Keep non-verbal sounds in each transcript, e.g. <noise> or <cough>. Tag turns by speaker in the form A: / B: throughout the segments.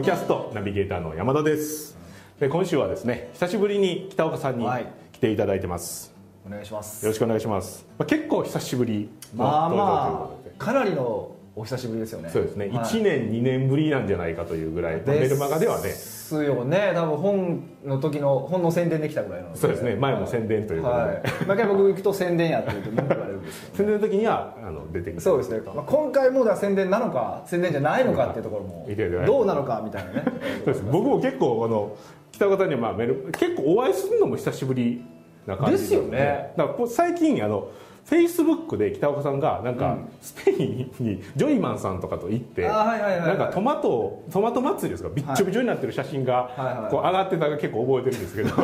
A: ビゲーターの山田ですで今週はですね久しぶりに北岡さんに
B: はい
A: 来ていただいてます、
B: お願いします
A: よろしくお願いします、まあ、結構久しぶりの
B: まあ
A: 登場と
B: ま
A: いうことで、
B: あかなりのお久しぶりですよね
A: そうですね、
B: はい
A: 1年2年ぶりなんじゃないかというぐらい、まあメルマガではね
B: ですよね多分本の時の本の宣伝できたぐらいなので
A: そうですね前も宣伝ということで、
B: はい、毎回僕行くと宣伝やって言うと文句言われるんです
A: <laughs>
B: けど
A: 宣伝の時にはあの出てきて
B: そうですね、まあ、今回もだから宣伝なのか宣伝じゃないのかっていうところも
A: いけてない
B: どうなのかみたいなね
A: そうです僕も結構あの北方にはまあメール結構お会いするのも久しぶりな感じ
B: ですよね
A: だからこう最近あのフェイスブックで北岡さんがなん
B: う
A: か
B: ん
A: スペインにジョイマンさんとかと行って、
B: あはいはいはいはい
A: なんかトマトトマト祭りですかびっちょびちょになってる写真
B: はいは
A: が
B: い
A: こう上がってたのが結構覚えてるんですけど <laughs>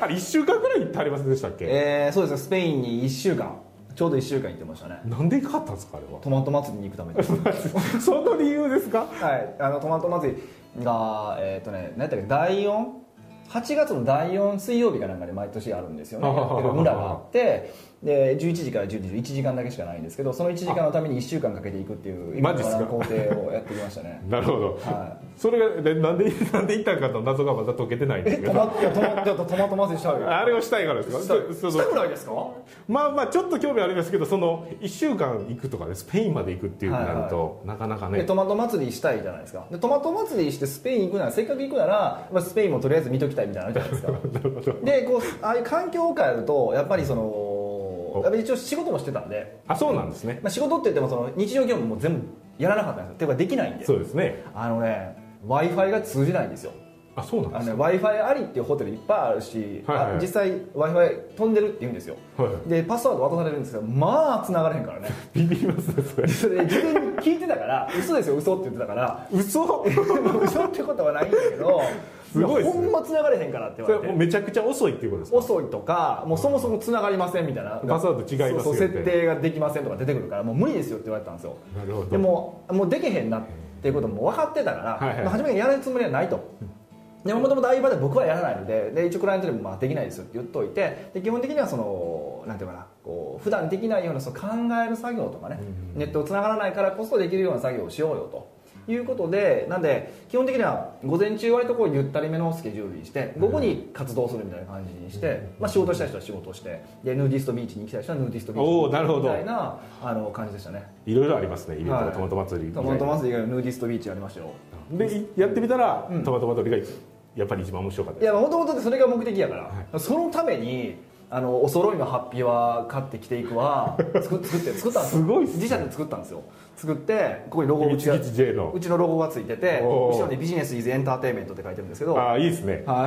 A: あれ1週間ぐらい行ってありませんでしたっけ
B: えー、そうですねスペインに1週間ちょうど1週間行ってましたね
A: なんで行かかったんですかあれは
B: トマト祭りに行くために
A: その理由ですか
B: はい、あのトマト祭りが、えっ、とね、何やったっけ、第四。8月の第4水曜日かなんかで毎年あるんですよね
A: <laughs>
B: やってる村があってで11時から12時1時間だけしかないんですけどその1時間のために1週間かけていくっていう
A: マジっすか
B: な工程をやってきました
A: <laughs>
B: ね
A: なるほど、
B: は
A: それがでなんでなんで行ったんかの謎がまだ解けてないんで
B: え
A: すけ
B: ト
A: ど
B: マトいやトマトトマト祭りしたいよ
A: あれをしたいからですか
B: したい
A: そそ
B: したくないですかは
A: まあまあちょっと興味ありますけどその1週間行くとかでスペインまで行くっていうふうになると、なかなか
B: で
A: ね
B: トマト祭りしたいじゃないですかでトマト祭りしてスペイン行くならせっかく行くなら、まあ、スペインもとりあえず見ときたいみたいなのあるじゃないで
A: <laughs>
B: すか
A: なるほど
B: でこうああいう環境を変えるとやっぱりそのやっぱり一応仕事もしてたんで、
A: あそうなんですね
B: まあ、仕事って言ってもその日常業務も全部やらなかったんですよっていうかできないんで
A: そうですね
B: あのね w i f i が通じないんですよ
A: あそうなん
B: あ
A: で
B: の、
A: す
B: ね、
A: ね
B: w i f i ありっていうホテルいっぱいあるし、
A: はいはい
B: あ実際 w i f i 飛んでるって言うんですよ
A: はい
B: でパスワード渡されるんですけどまあ繋がれへんからね
A: ビビりますねそれ
B: それで事前に聞いてたから嘘ですよ嘘って言ってたから
A: 嘘
B: <laughs> 嘘ってことはないんだけど
A: すごいっすね
B: やほんま繋がれへんからって言
A: それ
B: わ
A: は
B: れ
A: も
B: て
A: うめちゃくちゃ遅いっていうことですか
B: 遅いとかもうそもそも繋がりませんみたいな
A: パスワード違いますよ
B: そうそう
A: って
B: 設定ができませんとか出てくるからもう無理ですよって言われたんですよ
A: なるほど
B: でももうできへんなっていうことも分かってたから、
A: はいはい
B: まあ初めにやるつもりはないと。でもともと相場で僕はやらないのでで一応クライアントでもまあできないですよって言っといてで基本的にはそのなんていうかなこう普段できないようなその考える作業とかね、ネットをつながらないからこそできるような作業をしようよということでなんで基本的には午前中割とこうゆったりめのスケジュールにして午後に活動するみたいな感じにして、まあ、仕事したい人は仕事してでヌーディストビーチに行きたい人はヌーディストビーチに
A: おーなるほ
B: 行き
A: ど
B: たいなあの感じでしたね。
A: いろいろありますねイベント
B: は
A: が
B: い
A: トマト祭り以
B: ト
A: 外
B: マトマス以外のヌーディストビーチありましたよ
A: でいやってみたら、
B: うん
A: トマト祭りがやっぱり一番面白かった
B: い
A: です
B: やもともとそれが目的やから、そのためにあのお揃いのハッピーは買ってきていくわ作作
A: <laughs>
B: って作ったんですよ
A: すごいっすね
B: 自社で作ったんですよ作ってここにロゴ
A: 秘
B: う
A: 密
B: ちが
A: 基地 J の
B: うちのロゴがついてて
A: おー
B: 後ろにビジネスイズエンターテインメントって書いてるんですけど
A: ああいいですね
B: は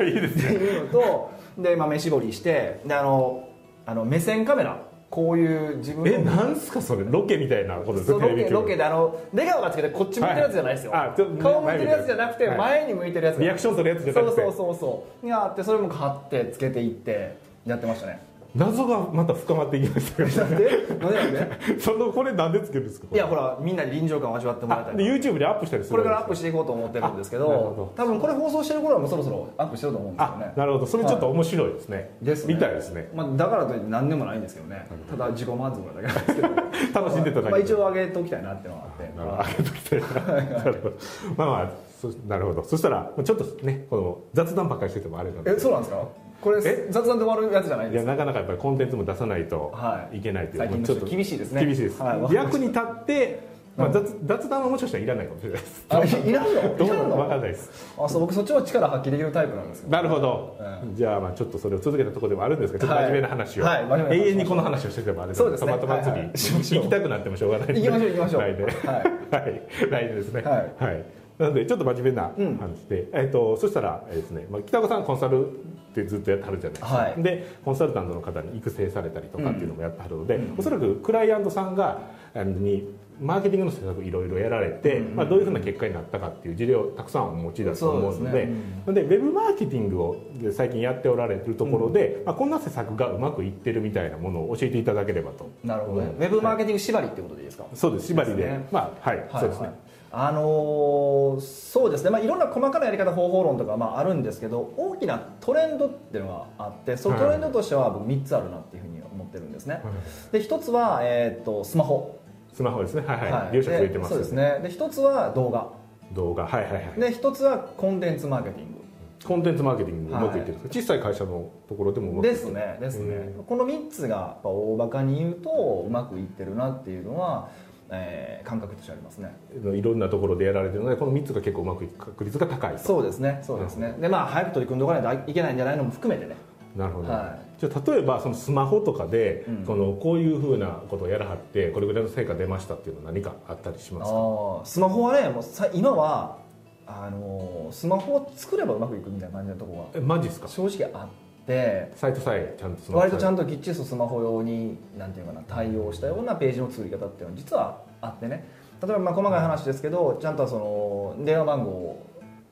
B: い
A: <laughs> いいです
B: っていうのとで豆絞りしてであのあの目線カメラこういう自分の
A: えなんすかそれロケみたいなことです
B: そ
A: かテ
B: うロ
A: レビ
B: ケ
A: 局
B: ロケであの出川がつけてこっち向いてるやつじゃないですよ、
A: はいあちょっと
B: 顔向いてるやつじゃなくて
A: はい
B: 前に向いてるやつ、
A: リアクション取るやつじゃなくて
B: そうそうそうそういやーってそれも買ってつけていってやってましたね
A: 謎がまた深まっていきましたけど
B: <laughs> なんでなんでなんで
A: そのこれなんでつけるんですかこ
B: い
A: れ
B: やほらみんなに臨場感を味わってもらい
A: あ
B: たい
A: で
B: から
A: YouTube にアップしたりする
B: これからアップ
A: し
B: していこうと思ってるんですけど
A: あなるほど
B: 多分これ放送してる頃はもうそろそろアップしてると思うんですよ
A: あ
B: ね
A: なるほどそれちょっと面白いですね,、
B: ですね
A: みたいですね
B: まあ、だからといって何でもないんですけどねただ自己満足なだけなんで
A: <laughs>
B: すけど
A: 楽しんでただ
B: まあ、
A: け
B: 一
A: で、
B: 応上げときたいなっていうのがあって
A: なるほどありがとうございますなるほどまあまあそなるほどそしたらちょっとねこの雑談ばっかりしててもあれなんで
B: えそうなんですかこれ
A: え
B: 雑談で終わるやつじゃないん
A: い
B: で
A: や
B: す
A: なかなかやっぱりコンテンツも出さないと
B: はい
A: いけないという、
B: 最近の
A: ち
B: 人
A: ょっと
B: 厳しいですね
A: 厳しいです、
B: はいわかりまし
A: 役に立って、まあ、雑雑談はもしかしたらいらないかもしれないです
B: かあいいらんの
A: どう
B: いらん
A: もわかん
B: の
A: ないです
B: あそう僕そっちの力発揮できるタイプなんですよ
A: なるほど、
B: う
A: じゃあまあちょっとそれを続けたところでもあるんですけど、ちょっと
B: はい
A: 真面目な話を、
B: はい真面目な話
A: 永遠にこの話をしててもあれ
B: そうですね
A: トマト祭り、
B: はいはいしましょ
A: 行
B: う
A: きたくなってもしょう <laughs> がないんで
B: 行きましょう行きましょう
A: 来年はい来年ですね、
B: はい
A: なのでちょっと真面目な
B: うん
A: 話で、えっとそしたら、えーですねまあ、北岡さんコンサルってずっとやってはるじゃないですか、
B: はい
A: でコンサルタントの方に育成されたりとかっていうのもやってはるので、おそらくクライアントさんがあのにマーケティングの施策いろいろやられて、まあ、どういうふうな結果になったかっていう事例をたくさんお持ちだと思うので
B: そうですね
A: なのでウェブマーケティングを最近やっておられるところで、まあ、こんな施策がうまくいってるみたいなものを教えていただければと
B: なるほどね、
A: うん
B: ウェブマーケティング縛りってことでいいですか
A: そうです縛りで
B: ですね
A: まあはい、そうですね、
B: あのーそうですね、まあ、いろんな細かなやり方方法論とかまああるんですけど大きなトレンドっていうのがあってそのトレンドとしては僕3つあるなっていうふうに思ってるんですね、で1つは、えーっとスマホ
A: スマホですねはいはい、
B: はい
A: 利用者増えてます
B: でそうですねで一つは動画
A: 動画はいはいはい
B: で一つはコンテンツマーケティング
A: コンテンツマーケティングもうまくいってるんですか、小さい会社のところでもうまくい
B: で
A: って
B: す
A: る
B: ねですね、
A: う
B: この3つがやっぱ大バカに言うとうまくいってるなっていうのは、えー感覚としてありますね
A: いろんなところでやられてるのでこの3つが結構うまくいく確率が高いと
B: そうですねそうですねでまあ早く取り組んでおかないといけないんじゃないのも含めてね
A: なるほど、
B: は
A: じゃあ例えばそのスマホとかで、
B: うん
A: このこういうふうなことをやらはってこれぐらいの成果出ましたっていうのは何かあったりしますか
B: あースマホはねもうさ今はあのースマホを作ればうまくいくみたいな感じのとこ
A: え
B: ろ
A: マジですか
B: が正直あって
A: サイトさえちゃんとスマホ
B: 割とちゃ
A: ん
B: んときっちりとスマホ用になんていうかな対応したようなページの作り方っていうのは実はあってね例えばまあ細かい話ですけどちゃんとその電話番号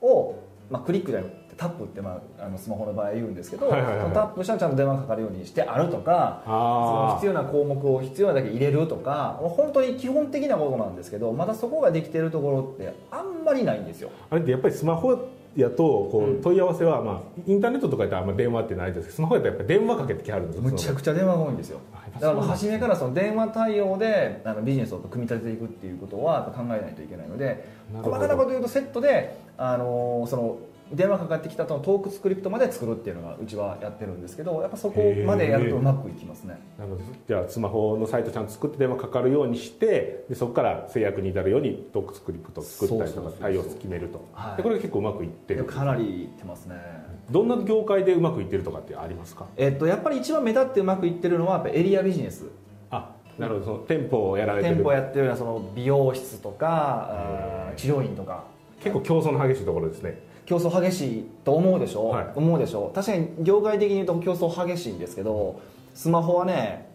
B: をまあクリックじゃなくてタップってまああのスマホの場合言うんですけど、
A: はいはいはい
B: そのタップしたらちゃんと電話がかかるようにしてあるとかその
A: あ
B: 必要な項目を必要なだけ入れるとか本当に基本的なことなんですけどまだそこができてるところってあんまりないんですよ。
A: ああれってやっぱりスマホやとこ
B: うん
A: う問い合わせは、まあ、インターネットとかやったらあんま電話ってないですけどスマホやったらやっぱり電話かけてきはるんですよ
B: むちゃくちゃ電話が多いんですよ
A: あやっぱそう
B: だから
A: なん
B: も
A: だ
B: う初めからその電話対応であのビジネスを組み立てていくっていうことはやっぱ考えないといけないので
A: なるほ
B: 細
A: ど
B: かなこと言うとセットで、あのーその電話かかってきたとのトークスクリプトまで作るっていうのがうちはやってるんですけどやっぱそこまでやるとうまくいきますね
A: なのでじゃあスマホのサイトちゃんと作って電話かかるようにしてでそこから制約に至るようにトークスクリプトを作ったりと
B: そうそう
A: か
B: そうそう
A: 対応を決めると
B: はい
A: でこれが結構うまくいって
B: で
A: る
B: かなりいってますね
A: どんな業界でうまくいってるとかってありますか
B: えっとやっぱり一番目立ってうまくいってるのはやっぱエリアビジネス
A: あなるほどその店舗をやられてる
B: 店舗やってるようなその美容室とかあー治療院とか
A: 結構競争の激しいところですね
B: 競争激しいと思うでしょ、
A: はい
B: 思うでしょ確かに業界的に言うと競争激しいんですけどスマホはね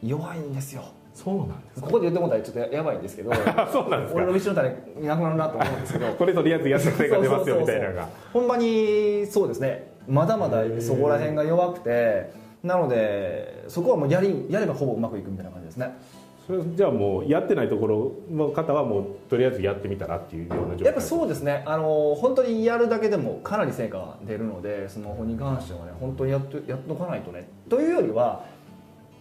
B: 弱いんですよ
A: そうなんです
B: ここで言ってもらったらちょっとやばいんですけど
A: あ <laughs>
B: <laughs>
A: そうなんです
B: 俺の
A: か
B: 道の種なくなるなと思うんですけど
A: これとりあえず <laughs> 安く成果出ますよみたいなのが
B: ほんまにそうですねまだまだそこら辺が弱くてなのでそこはもうやりやればほぼうまくいくみたいな感じですね
A: それじゃあもうやってないところの方はもうとりあえずやってみたらっていうような状態
B: やっぱそうですねあの本当にやるだけでもかなり成果が出るのでスマホに関してはね本当にやっとやっとかないとねというよりは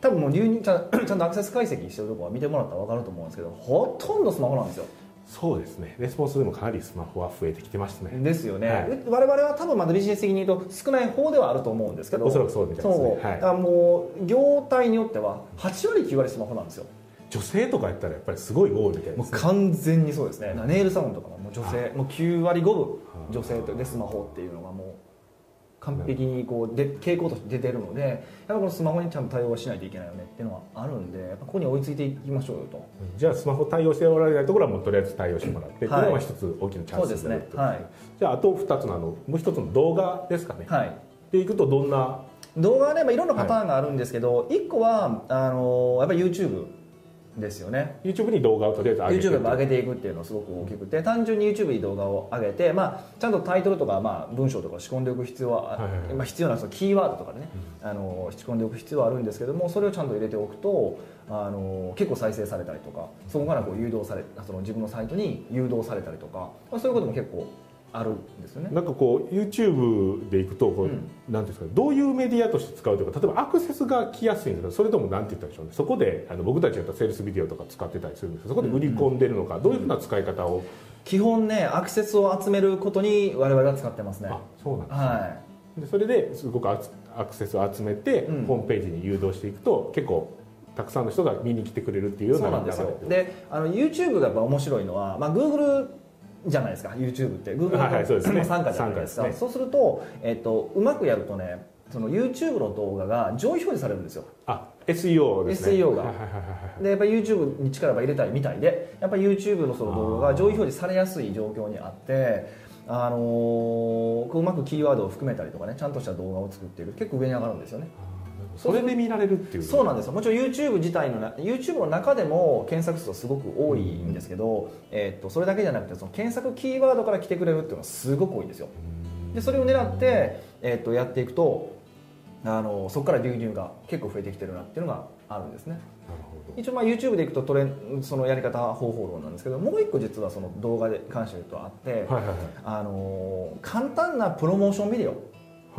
B: 多分もう流入ちゃん <coughs> ちゃんとアクセス解析してるところは見てもらったら分かると思うんですけどほとんどスマホなんですよ
A: そうですねレスポンスでもかなりスマホは増えてきてますね
B: ですよね、
A: はい
B: 我々は多分まだビジネス的に言うと少ない方ではあると思うんですけど
A: おそらくそうみたいですね
B: そう
A: はい
B: だからもう業態によっては8割9割スマホなんですよ
A: 女性とかやったらやっぱりすごい多いみたいで
B: もう
A: すね
B: 完全にそうですねだからネイルサロンとかももう女性もう9割5分
A: い
B: 女性とでスマホっていうのがもう完璧にこうで傾向として出てるのでやっぱこのスマホにちゃんと対応はしないといけないよねっていうのはあるんでやっぱここに追いついていきましょうよと
A: じゃあスマホ対応しておられないところはもうとりあえず対応してもらって、
B: はい
A: これは一つ大きなチャ
B: そう
A: ンス
B: で
A: に
B: す
A: なる
B: ね
A: と
B: はい、
A: じゃああと2つのあのもう一つの動画ですかね、
B: はい、
A: でいくとどんな
B: 動画はね、まあ、いろんなパターンがあるんですけど、一1個はあのやっぱり YouTube ですよね
A: YouTube に動画をとりあえず上げて
B: YouTube を上げていくっていうのはすごく大きくて単純に YouTube に動画を上げて、まあ、ちゃんとタイトルとか、まあ、文章とかを仕込んでおく必要は、
A: はいはいはい
B: まあ、必要なそのキーワードとかでね、あの仕込んでおく必要はあるんですけどもそれをちゃんと入れておくとあの結構再生されたりとかそこからこう誘導されその自分のサイトに誘導されたりとか、まあ、そういうことも結構あるんですよね。
A: なんかこう YouTube でいくとこう、
B: うん
A: なんていうんですかねどういうメディアとして使うというか例えばアクセスが来やすいんですかそれともなんて言ったらいいんでしょうねそこであの僕たちやったらセールスビデオとか使ってたりするんですけどそこで売り込んでるのか、どういうふうな使い方を、
B: 基本ねアクセスを集めることに我々は使ってますね。
A: あそうなんですね、
B: はい
A: でそれですごくアクアクセスを集めて、
B: うん
A: ホームページに誘導していくと結構たくさんの人が見に来てくれるっていうよう
B: そ
A: な
B: うなんです
A: 流
B: よ
A: れ
B: であの YouTube がやっぱ面白いのは、まあ、Google じゃないですか YouTube って Google
A: はいはいそうですね
B: の参加じゃないです
A: 参
B: か
A: 加です
B: そうすると、えっと、うまくやるとねその YouTube の動画が上位表示されるんですよ
A: あ SEO ですね
B: SEO が
A: はいはいはいはい
B: でやっぱ YouTube に力が入れたいみたいでやっぱ YouTube のその動画が上位表示されやすい状況にあってあのーこううまくキーワードを含めたりとかねちゃんとした動画を作っている結構上に上がるんですよね
A: それで見られるっていう
B: そうなんですよもちろん YouTube 自体のな YouTube の中でも検索数はすごく多いんですけど、えー、とそれだけじゃなくてその検索キーワードから来てくれるっていうのはすごく多いんですよでそれを狙って、えー、とやっていくとあのそこから流入が結構増えてきてるなっていうのがあるんですね
A: なるほど
B: 一応まあ YouTube でいくとトレンそのやり方方法論なんですけどもう一個実はその動画で関して言うとあって、
A: はいはいはい
B: あの簡単なプロモーションビデオ
A: はい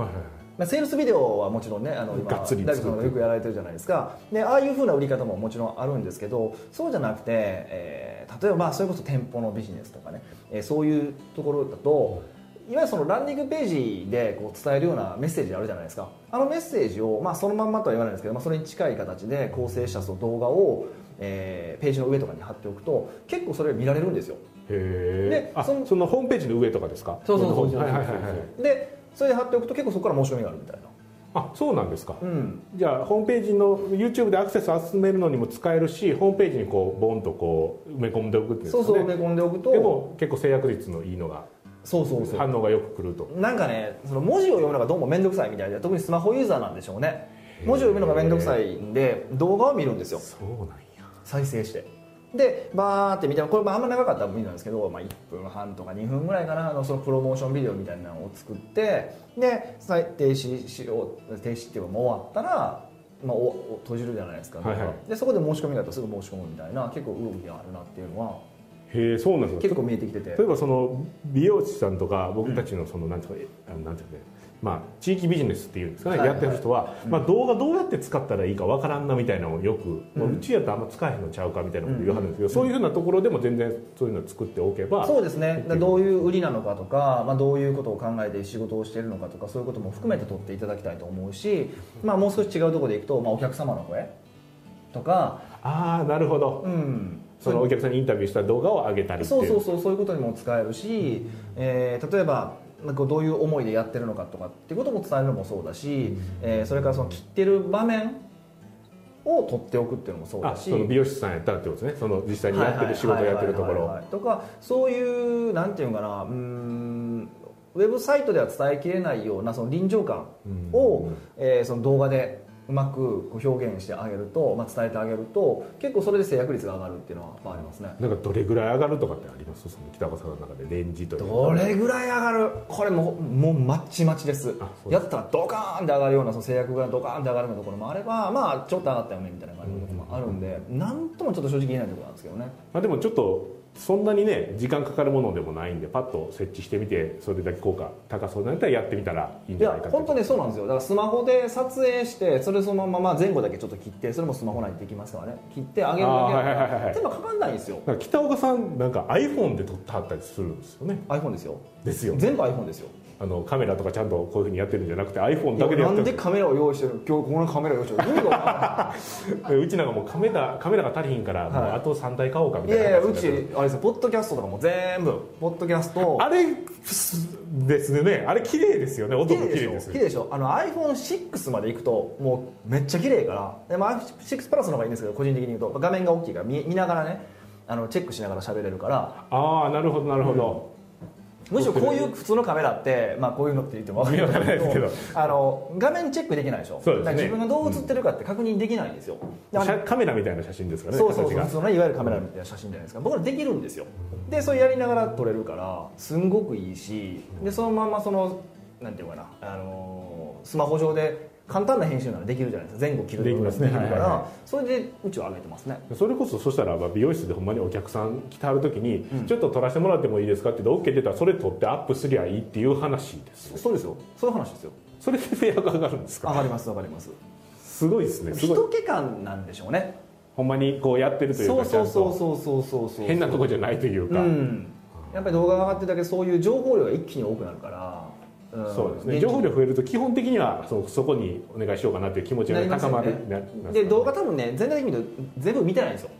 A: はいはい
B: まあ、セールスビデオはもちろんねあの今
A: がっつり
B: 大工さんがよくやられてるじゃないですかでああいうふうな売り方ももちろんあるんですけどそうじゃなくて、えー例えばまあそれこそ店舗のビジネスとかね、えーそういうところだといわゆるそのランディングページでこう伝えるようなメッセージあるじゃないですかあのメッセージを、まあ、そのまんまとは言わないですけど、まあ、それに近い形で構成したその動画を、えーページの上とかに貼っておくと結構それ見られるんですよ
A: へ
B: で
A: えあ
B: そ
A: そ
B: の
A: のホームページの上とかですか
B: そうそうそうそう
A: はいはいはいはい
B: でそれで貼っておくと結構そこから申し込みがあるみたいな
A: あそうなんですか
B: うん
A: じゃあホームページの YouTube でアクセス集めるのにも使えるしホームページにこうボンとこう埋め込んでおくっていうんです
B: そ
A: か
B: う
A: ね
B: そう埋め込んでおくと
A: でも結構制約率のいいのが
B: そうそうそう
A: 反応がよくくると
B: なんかねその文字を読むのがどうも面倒くさいみたいで特にスマホユーザーなんでしょうね文字を読むのが面倒くさいんで動画を見るんですよ
A: そうなんや
B: 再生してでバーって見てこれまああんま長かったら無理なんですけど、まあ、1分半とか2分ぐらいかなあのそのプロモーションビデオみたいなのを作ってで再停止しよう停止っていうかもう終わったら、まあ、おお閉じるじゃないですか、
A: はいはい
B: でそこで申し込みがあったらすぐ申し込むみたいな結構動きがあるなっていうのは
A: へえそうなんです
B: 結
A: か
B: 構見えてきてて
A: 例えばその美容師さんとか僕たちのそのなんていうかえあのなんていうかねまあ地域ビジネスっていうんですかね
B: はい
A: やってる人はまあ動画どうやって使ったらいいかわからんなみたいなのをよくまあうちやったらあんま使えへんのちゃうかみたいなこと言わはるんですけどそういうふうなところでも全然そういうのを作っておけ <laughs> ば
B: そうですねだどういう売りなのかとか、まあ、どういうことを考えて仕事をしているのかとかそういうことも含めて取っていただきたいと思うし、まあ、もう少し違うところでいくと、まあ、お客様の声とか、
A: ああなるほど
B: うん、
A: そのお客さんにインタビューした動画を上げたりってい
B: そうそうそうそういうことにも使えるし、えー例えばまあこうどういう思いでやってるのかとかっていうことも伝えるのもそうだし、えーそれからその切ってる場面を取っておくっていうのもそうだ
A: あ
B: し
A: その美容師さんやったらってことですねその実際にやってる仕事やってるとこ
B: はいはいは
A: ろ
B: いはいはいとかそういうなんていうのかなうーんウェブサイトでは伝えきれないようなその臨場感を、えーその動画でうまくこう表現してあげると、まあ、伝えてあげると結構それで制約率が上がるっていうのはまあありますね
A: なんかどれぐらい上がるとかってありますその北岡さんの中でレンジというか
B: どれぐらい上がるこれもうもうまっちまちです
A: あそうです
B: やったらドカーンって上がるようなその制約がドカーンって上がるようなところもあればまあちょっと上がったよねみたいな感じのところもあるんで、なんともちょっと正直言えないところなんですけどね
A: まあ、でもちょっとそんなにね時間かかるものでもないんでパッと設置してみてそれだけ効果高そうなんだったらやってみたらいいん
B: い
A: じゃな
B: や
A: いかって
B: 本当にそうなんですよだからスマホで撮影してそれそのまま前後だけちょっと切ってそれもスマホ内でできますからね切って上げるだけだか
A: あーはいはいはいは
B: ら
A: い
B: 手間かかんないんですよ
A: なんか北岡さんなんか iPhone で撮ってはったりするんですよね
B: iPhone ですよ
A: ですよ
B: 全部 iPhone ですよ
A: あのカメラとかちゃんとこういうふうにやってるんじゃなくて iPhone だけでや
B: な
A: っ
B: ん
A: て
B: で
A: る
B: カメラを用意してる今日このカメラ用意してる意味がわか
A: え <laughs> うちなんかもうカメラカメラが足りひんからもう
B: はい
A: あと3台買おうかみ
B: んな
A: た
B: い
A: <laughs> い
B: い
A: な
B: やいやう
A: 感じになってる
B: ちあれですよポッドキャストとかも全部ポッドキャスト
A: あれすですねあれ綺麗ですよね音も綺麗ですよ
B: 綺麗でしょあの iPhone6 まで行くともうめっちゃ綺麗からでも iPhone6 プラスの方がいいんですけど個人的に言うと画面が大きいから見見ながらねあのチェックしながら喋れるから
A: ああなるほどなるほど、
B: むしろこういう普通のカメラって、まあ、こういうのって言っても分かんないですけ
A: いやわかん
B: ど
A: ないです
B: あの画面チェックできないでしょ
A: そうですね
B: だから自分がどう映ってるかって確認できないんですよ、だか
A: 写
B: ら
A: カメラみたいな写真ですからね
B: そうそうそう
A: 形が
B: 普通のいわゆるカメラみたいな写真じゃないですか僕らできるんですよでそれやりながら撮れるからすんごくいいしでそのまんまそのなんていうのかな、あのースマホ上で簡単な編集ならできるじゃないですか前後切る
A: できますね
B: できるから、
A: はいはいは
B: それでうちは上げてますね
A: それこそそしたらまあ美容室でほんまにお客さん来てはる時に、ちょっと撮らせてもらってもいいですかって言って OK 出たらそれ撮ってアップすりゃいいっていう話です
B: そうですよそういう話ですよ
A: それで制約上がるんです
B: 上
A: か
B: がります上がります
A: すごいですねすごい
B: 一気感なんでしょうね
A: ほんまにこうやってるという
B: そう
A: かち
B: そ
A: ゃ
B: うんそう
A: と
B: そうそうそうそう
A: 変なとこじゃないというか、
B: うん、やっぱり動画が上がってるだけそういう情報量が一気に多くなるから、ん
A: そうですね
B: 現地
A: 情報量増えると基本的にはそうそこにお願いしようかなという気持ちが高まる
B: な
A: なります
B: で動画多分ね全体的に見ると全部見てないんですよ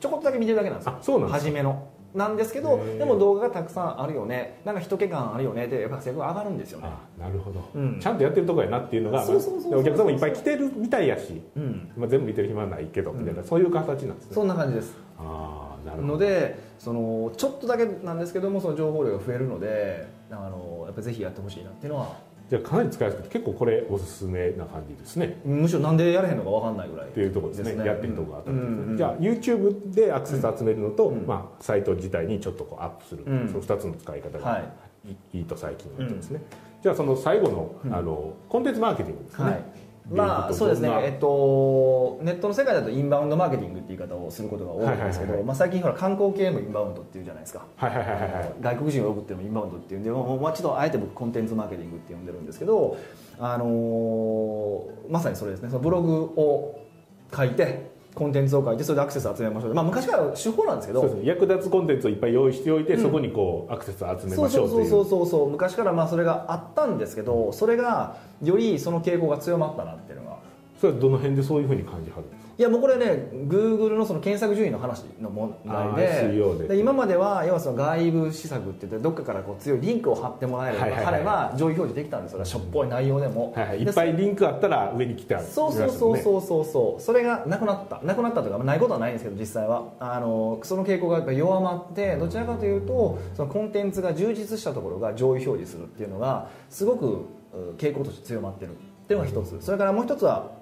B: ちょこっとだけ見てるだけなんですよ
A: あそうなんです
B: 初めのなんですけ
A: へ
B: ど
A: ー
B: でも動画がたくさんあるよねなんか人気感あるよねでやっぱ性格上がるんですよね
A: あなるほど、
B: うん
A: ちゃんとやってるとこやなっていうのがまあ
B: そうそうそうそう
A: でお客さんもいっぱい来てるみたいやし、
B: うん
A: まあ、全部見てる暇はないけどみたいな、そういう形なんですね
B: そんな感じです
A: ああなるほど
B: のでそのちょっとだけなんですけどもその情報量が増えるのであのやっぱりぜひやってほしいなっていうのは
A: じゃあかなり使いやすくて結構これおすすめな感じですね
B: むしろなんでやれへんのか分かんないぐらい
A: っていうところですねやってるとこがあったりですね、
B: うんうん
A: じゃあ YouTube でアクセス集めるのと、
B: うん
A: まあ、サイト自体にちょっとこうアップする、
B: うん
A: その2つの使い方
B: は
A: が
B: い
A: いい,、と最近言ってますね、じゃあその最後の,、あのコンテンツマーケティングですね、
B: はいまあそうですね、
A: まあ
B: えっと、ネットの世界だとインバウンドマーケティングって言い方をすることが多いんですけ
A: はいはいはいは
B: ど
A: い
B: まあ最近ほら観光系もインバウンドっていうじゃないですか
A: はいはいはいはいはい
B: 外国人を呼ぶっていうのもインバウンドっていうんで、まあまあ、ちょっとあえて僕コンテンツマーケティングって呼んでるんですけど、あのーまさにそれですねそのブログを書いてコンテンツを書いてそれでアクセス集めましょうまあ昔から手法なんですけど
A: そうですね役立つコンテンツをいっぱい用意しておいて、そこにこうアクセスを集め
B: そ
A: ま
B: う
A: しょ
B: そ
A: と
B: ううそ
A: いう
B: うそうそうそう昔からまあそれがあったんですけどそれがよりその傾向が強まったなっていうのが
A: それはどの辺でそういうふうに感じはるんですか
B: いやもうこれね Google のその検索順位の話の問題
A: あー
B: で
A: SEO で
B: 今までは要はその外部施策って言ってどっかからこう強いリンクを貼ってもらえれば、
A: はいはいはい
B: 貼れば上位表示できたんですよしょっぽい内容でも、
A: はいはい、い
B: で
A: っぱいリンクあったら上に来てある
B: そうそうそう
A: う
B: そうそうそうそれがなくなったなくなったというかまあないことはないんですけど実際はあのその傾向がやっぱ弱まってどちらかというとそのコンテンツが充実したところが上位表示するっていうのがすごくう傾向として強まってるっていうのが一つそれからもう一つは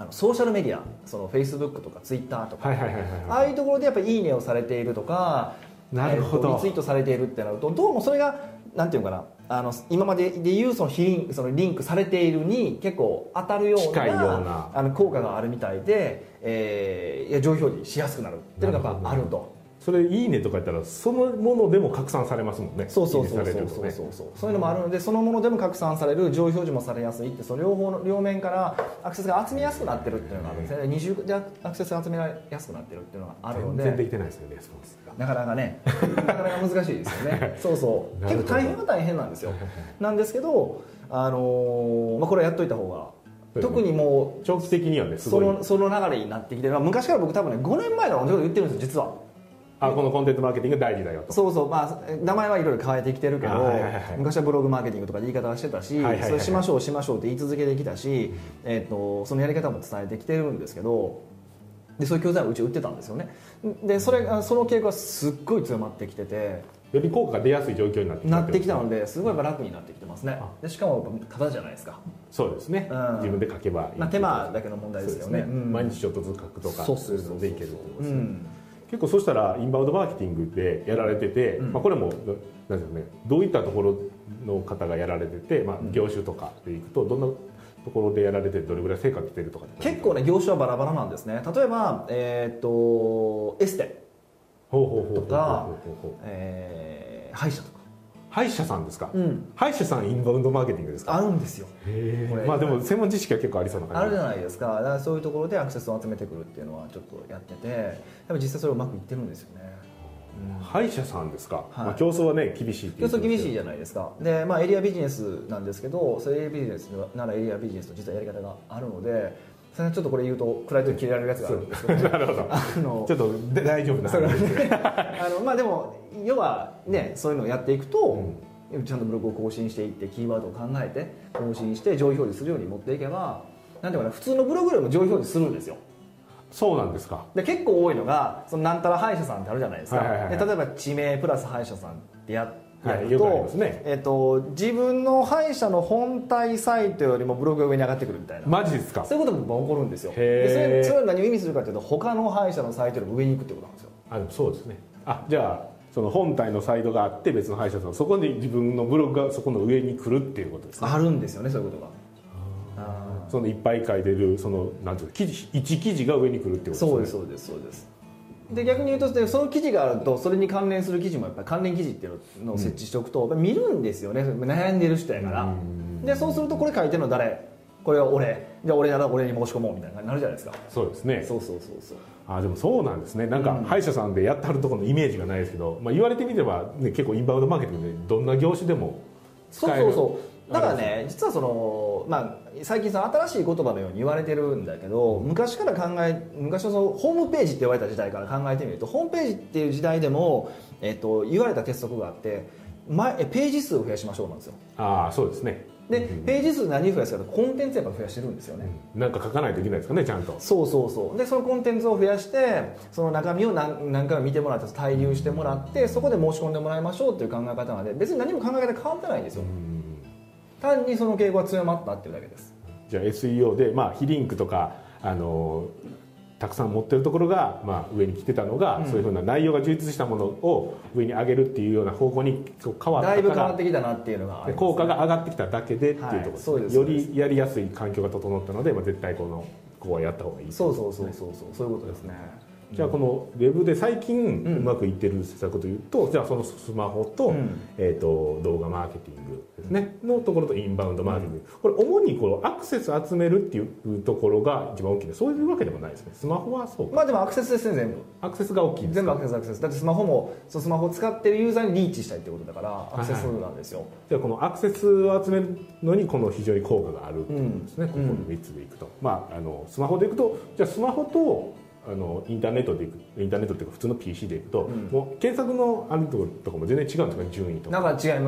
B: あのソーシャルメディアその Facebook とか Twitter とか
A: はいはいはいはい
B: ああいうところでやっぱり「いいね」をされているとか
A: なるほど
B: えっとリツイートされているってなるとどうもそれがなんていうのかなあの今まででいうその非リンそのリンクされているに結構当たるような
A: 近いような
B: あの効果があるみたいで、えーいや上位表示しやすくなるっていうのがやっぱあると。
A: それ「いいね」とか言ったらそのものでも拡散されますもんね
B: そうそうそう
A: いいねさ
B: そ
A: れる
B: う
A: と
B: そう
A: ね
B: そうそうそういうのもあるのでそのものでも拡散される上位表示もされやすいってその両方の両面からアクセスが集めやすくなってるっていうのがあるんですね二重でアクセスが集めやすくなってるっていうのがあるの
A: 全
B: で
A: 然できてないですよねレスポンスが
B: なかなかねなかなか難しいですよね <laughs> そうそう
A: なる
B: 結
A: ほど
B: 構大変は大変なんですよなんですけど、あのーまあ、これはやっといた方が、
A: そうですね
B: 特にもう
A: 長期的にはねす
B: そ
A: ごい
B: のその流れになってきて、まあ、昔から僕多分ね5年前から同じこと言ってるんですよ実は
A: あこのコンテンツマーケティング大事だよと
B: そうそうまあ名前はいろいろ変えてきてるけど、
A: あはいはいはい
B: 昔はブログマーケティングとかで言い方はしてたし、
A: はいはいはいはい
B: それしましょうしましょうって言い続けてきたし、えっとそのやり方も伝えてきてるんですけどでそういう教材をうち売ってたんですよねでそれがその傾向がすっごい強まってきてて
A: より効果が出やすい状況になってきた
B: なってきた
A: の
B: のですごいやっぱ楽になってきてますね
A: あ
B: でしかもやっぱただじゃないですか、
A: そうですね、
B: うん
A: 自分で書けばいいっていう
B: まあ、手間だけの問題ですけどね
A: そう
B: うん
A: 毎日ちょっとずつ書くとか
B: そうそうそう
A: い
B: そう
A: のでいけるってこと
B: う
A: ですね
B: ん
A: 結構そしたらインバウンドマーケティングでやられてて、
B: うん
A: まあ、これもなんですかねどういったところの方がやられてて、まあ、業種とかでいくとどんなところでやられてどれぐらい成果出てるとかって
B: 結構ね業種はバラバラなんですね例えば、えーっとエステ、
A: ほうほうほうほうほうほう
B: とか
A: ほうほう
B: えー歯医者とか、
A: 歯医者さんですか、
B: うん、
A: 歯医者さんインバウンドマーケティングですか
B: あるんですよ
A: へえ
B: これ
A: まあでも専門知識は結構ありそうな
B: あ
A: 感
B: る
A: じ
B: じゃ
A: で
B: ないですかだからそういうところでアクセスを集めてくるっていうのはちょっとやっててやっぱ実際それうまくいってるんですよね、うん
A: 歯医者さんですか、
B: はい
A: まあ、競争はね厳しいってい
B: 競
A: う
B: 争厳しいじゃないですかで、まあ、エリアビジネスなんですけどそれエリアビジネスならエリアビジネスの実はやり方があるのでそれはちょっとこれ言うと暗いと切れられるやつがあるんですけど
A: <laughs> なるほど
B: あの
A: ちょっとで大丈夫な
B: それは
A: 話
B: ねあのまあでも要はねそういうのをやっていくと、ちゃんとブログを更新していってキーワードを考えて更新して上位表示するように持っていけばなんていうかな普通のブログよりも上位表示するんですよ
A: そうなんですか
B: で結構多いのがそのなんたら歯医者さんってあるじゃないですか、
A: はいはいはい
B: で例えば地名プラス歯医者さんってや
A: はい
B: やる
A: よくあり
B: と
A: ますね
B: えっと自分の歯医者の本体サイトよりもブログが上に上がってくるみたいな、
A: マジですか
B: そういうことも起こるんですよ
A: へ
B: でそれ
A: ー
B: それは何を意味するかというと他の歯医者のサイトよりも上に行くってことなんですよ
A: あでもそうですねあじゃあその本体のサイトがあって別の歯医者さんそこで自分のブログがそこの上に来るっていうことですね
B: あるんですよねそういうことがあ
A: そのいっぱい書いてるそのなんていうか記事一記事が上に来るってこと
B: ー
A: ですね
B: そうですそうですそうですで逆に言うとでその記事があるとそれに関連する記事もやっぱり関連記事っていうのを設置しておくと、やっぱ見るんですよね悩んでる人やからでそうするとこれ書いてるの誰これは俺じゃあ俺なら俺に申し込もうみたいな感じになるじゃないですか
A: そうですね
B: そうそうそうそう
A: あでもそうなんですねなんか
B: うん
A: 歯医者さんでやってはるところのイメージがないですけど、まあ、言われてみれば、ね、結構インバウンドマーケティングでどんな業種でも使
B: そ
A: え
B: う
A: る
B: そうそうだからね実はその、まあ、最近その新しい言葉のように言われてるんだけど昔から考え昔のそのホームページって言われた時代から考えてみるとホームページっていう時代でも、えっと、言われた鉄則があって前えページ数を増やしましょうなんですよ
A: ああそうですね
B: で
A: うん
B: ページ数何増やすかとコンテンツやっぱ増やしてるんですよね、
A: なんか書かないといけないですかねちゃんと
B: そうそうそうでそのコンテンツを増やしてその中身を何何回も見てもらって滞留してもらってそこで申し込んでもらいましょうっていう考え方なんで別に何も考え方変わってないんですよ
A: うん
B: 単にその傾向が強まったっていうだけです
A: じゃあ SEO で、まあ、非リンクとかあのたくさん持ってるところが、まあ、上に来てたのが、そういうふうな内容が充実したものを上に上げるっていうような方向にこう変わった
B: だ
A: か
B: いぶ
A: ら
B: 変わってきたなっていうのがありますね、
A: 効果が上がってきただけでっていうところですね
B: はいそうです
A: よりやりやすい環境が整ったので、まあ、絶対このここはやった方がいい
B: そうそうそうそうそうそういうことですね
A: じゃあこのウェブで最近
B: うん
A: うまくいってる施策というと、じゃあそのスマホと,、
B: うん
A: えー、と動画マーケティングですねのところとインバウンドマーケティング、これ主にこのアクセス集めるっていうところが一番大きいんでそういうわけでもないですねスマホはそうか
B: まあでもアクセスですね全部
A: アクセスが大きいんです
B: 全部
A: か
B: アクセスアクセスだってスマホもそのスマホを使ってるユーザーにリーチしたいってことだからアクセスなんですよ、
A: じゃあこのアクセスを集めるのにこの非常に効果があるっていうことですね、
B: うん
A: ここの3つでいくと、まあ、あのスマホでいくとじゃあスマホとあのインターネットでいくインターネットっていうか普通の PC でいくと、
B: うん
A: もう検索のあるところとかも全然違うんですかね順位とか
B: なんか違い違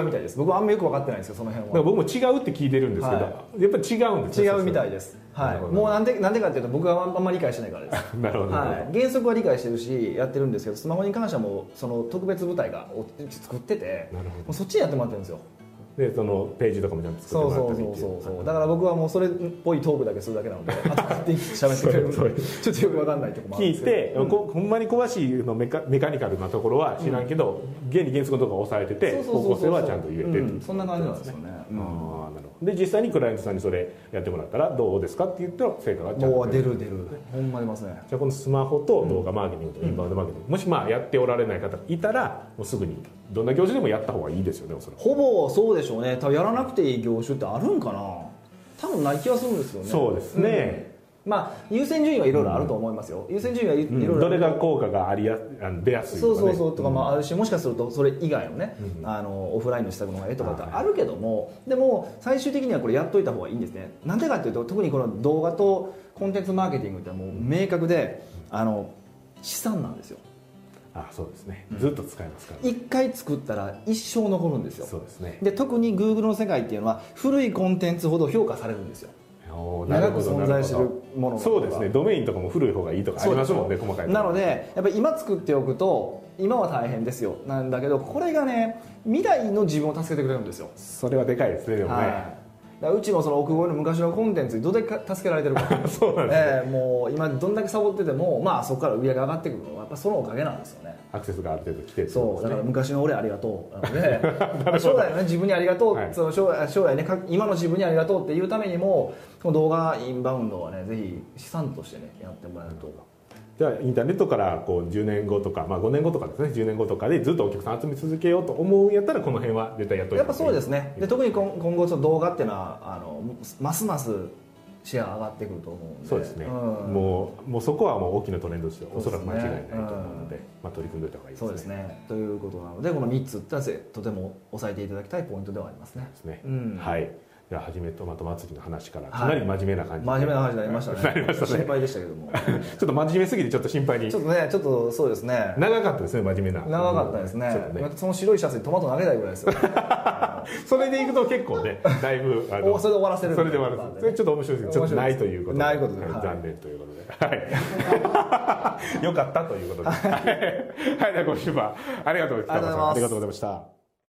B: うみたいです僕はあんまよく分かってないんですよその辺
A: だから
B: は
A: 僕も違うって聞いてるんですけど、
B: は
A: やっぱり違うんです
B: 違うみた
A: い
B: いですは
A: ないるほど
B: もうなんでなんでかっていうと僕はあんまり理解してないからです
A: なるほど、
B: はい、原則は理解してるしやってるんですけどスマホに関してはもうその特別部隊がお作ってて
A: なるほ
B: もうそっちにやってもらってるんですよ
A: どでそのページとかもちゃんと
B: そ
A: 作
B: う
A: っても
B: そ
A: らっ
B: う
A: たりってい
B: そうそうそうだから僕はもうそれっぽいトークだけするだけ
A: <laughs>
B: なのであと勝手に喋ってくれるんで
A: そういう
B: ちょっとよく分かんないとこもあるん
A: 聞い
B: ですけど
A: て、こほんまに詳しいのメカメカニカルなところは知らんけど、原理原則のところは押さえてて
B: そうそうそう
A: 方向
B: そう
A: 性はちゃんと言えてっていう
B: うんそんな感じなんですよね、うん
A: あーなるほどで実際にクライアントさんにそれやってもらったらどうですかって言ったら成果がちゃん
B: も
A: と
B: う
A: 出
B: 出
A: る
B: る出るほんま出ますね
A: じゃあこのスマホと動画マーケティングとインバウンドマーケティング、もしまあやっておられない方いたらもうすぐにどんな業種でもやった方がいいですよねおそらく、
B: ほぼそうでしょうね多分やらなくていい業種ってあるんかな多分ない気はするんですよね
A: そうですね、
B: まあ優先順位はいろいろあると思いますよ、優先順位はいいろいろある
A: どれが効果がありやあの出やすい
B: そう
A: とか、ね、
B: そうそうとかもあるしもしかするとそれ以外のね、
A: うん
B: あのオフラインの施策の方がええとかってあるけどもでも最終的にはこれやっといた方がいいんですねなんでかっていうと特にこの動画とコンテンツマーケティングってもう明確であの資産なんですよ
A: あそうですねずっと使えますから、
B: 一回作ったら一生残るんですよ
A: そうですね
B: で特に Google の世界っていうのは古いコンテンツほど評価されるんですよ
A: おーな
B: 長
A: ほ
B: く
A: ど
B: 存在して
A: な
B: る
A: ほ
B: も
A: ど
B: のが
A: そうですねドメインとかも古い方がいいとかありますもんね細かい
B: なの
A: で
B: でやっぱり今作っておくと今は大変ですよなんだけどこれがね未来の自分を助けてくれるんですよ、
A: それはでかいですねでもね、
B: はい、だからうちもその奥越えの昔のコンテンツにどれだけ助けられてるか
A: <laughs> そうなんですね、
B: ええもう今どんだけサボってても、まあ、そこから売り上げ上がってくるのはやっぱそのおかげなんですよね
A: アクセスがある程度来てるって
B: そ
A: こ
B: う
A: とで
B: だか
A: す
B: ら
A: ね
B: 昔の俺ありが
A: <laughs>
B: とうなのでまあ将来の、ね、自分にありがとう、
A: はい
B: その将来将来ねか今の自分にありがとうっていうためにもこの動画インバウンドはねぜひ資産としてねやってもらえると
A: じゃあインターネットからこう10年後とか、まあ、5年後とかですね10年後とかでずっとお客さん集め続けようと思うんやったらこの辺は絶対やっとい
B: や
A: た
B: っ
A: 方
B: ぱ
A: がいい
B: そうですねで特に今今後その動画っていうのはあのますますシェア上がってくると思うんで
A: そうですね、
B: ん
A: もうもうそこはもう大きなトレンドとしておそらく間違いないと思う
B: そう
A: の
B: です
A: で、まあ、取り組んでおいた方がいいですね
B: そうですねということなのでこの3つってのはぜとても押さえていただきたいポイントではありますね
A: ですね
B: うん
A: はいじゃあはじめトマト祭りの話から
B: は
A: か
B: い
A: なり真面目な感じで、
B: 真面目な話になりましたね
A: なりましたね
B: 心配でしたけども
A: ちょっと真面目すぎてちょっと心配に
B: ちょっとねちょっとそうですね
A: 長かったですね真面目な
B: 長かったですね
A: ちょっとね
B: その白いシャツにトマト投げたいぐらいですよ
A: それでいくと結構ねだいぶあ
B: おそれで終わらせる
A: それで終わらせるそれちょっと面白いですけどちょっとないということで
B: ないことで
A: はい
B: はい
A: 残念ということで <laughs> はいよかったということではいはいでは今週はありがとうございましたあ
B: ありがとうございます
A: りがとうございました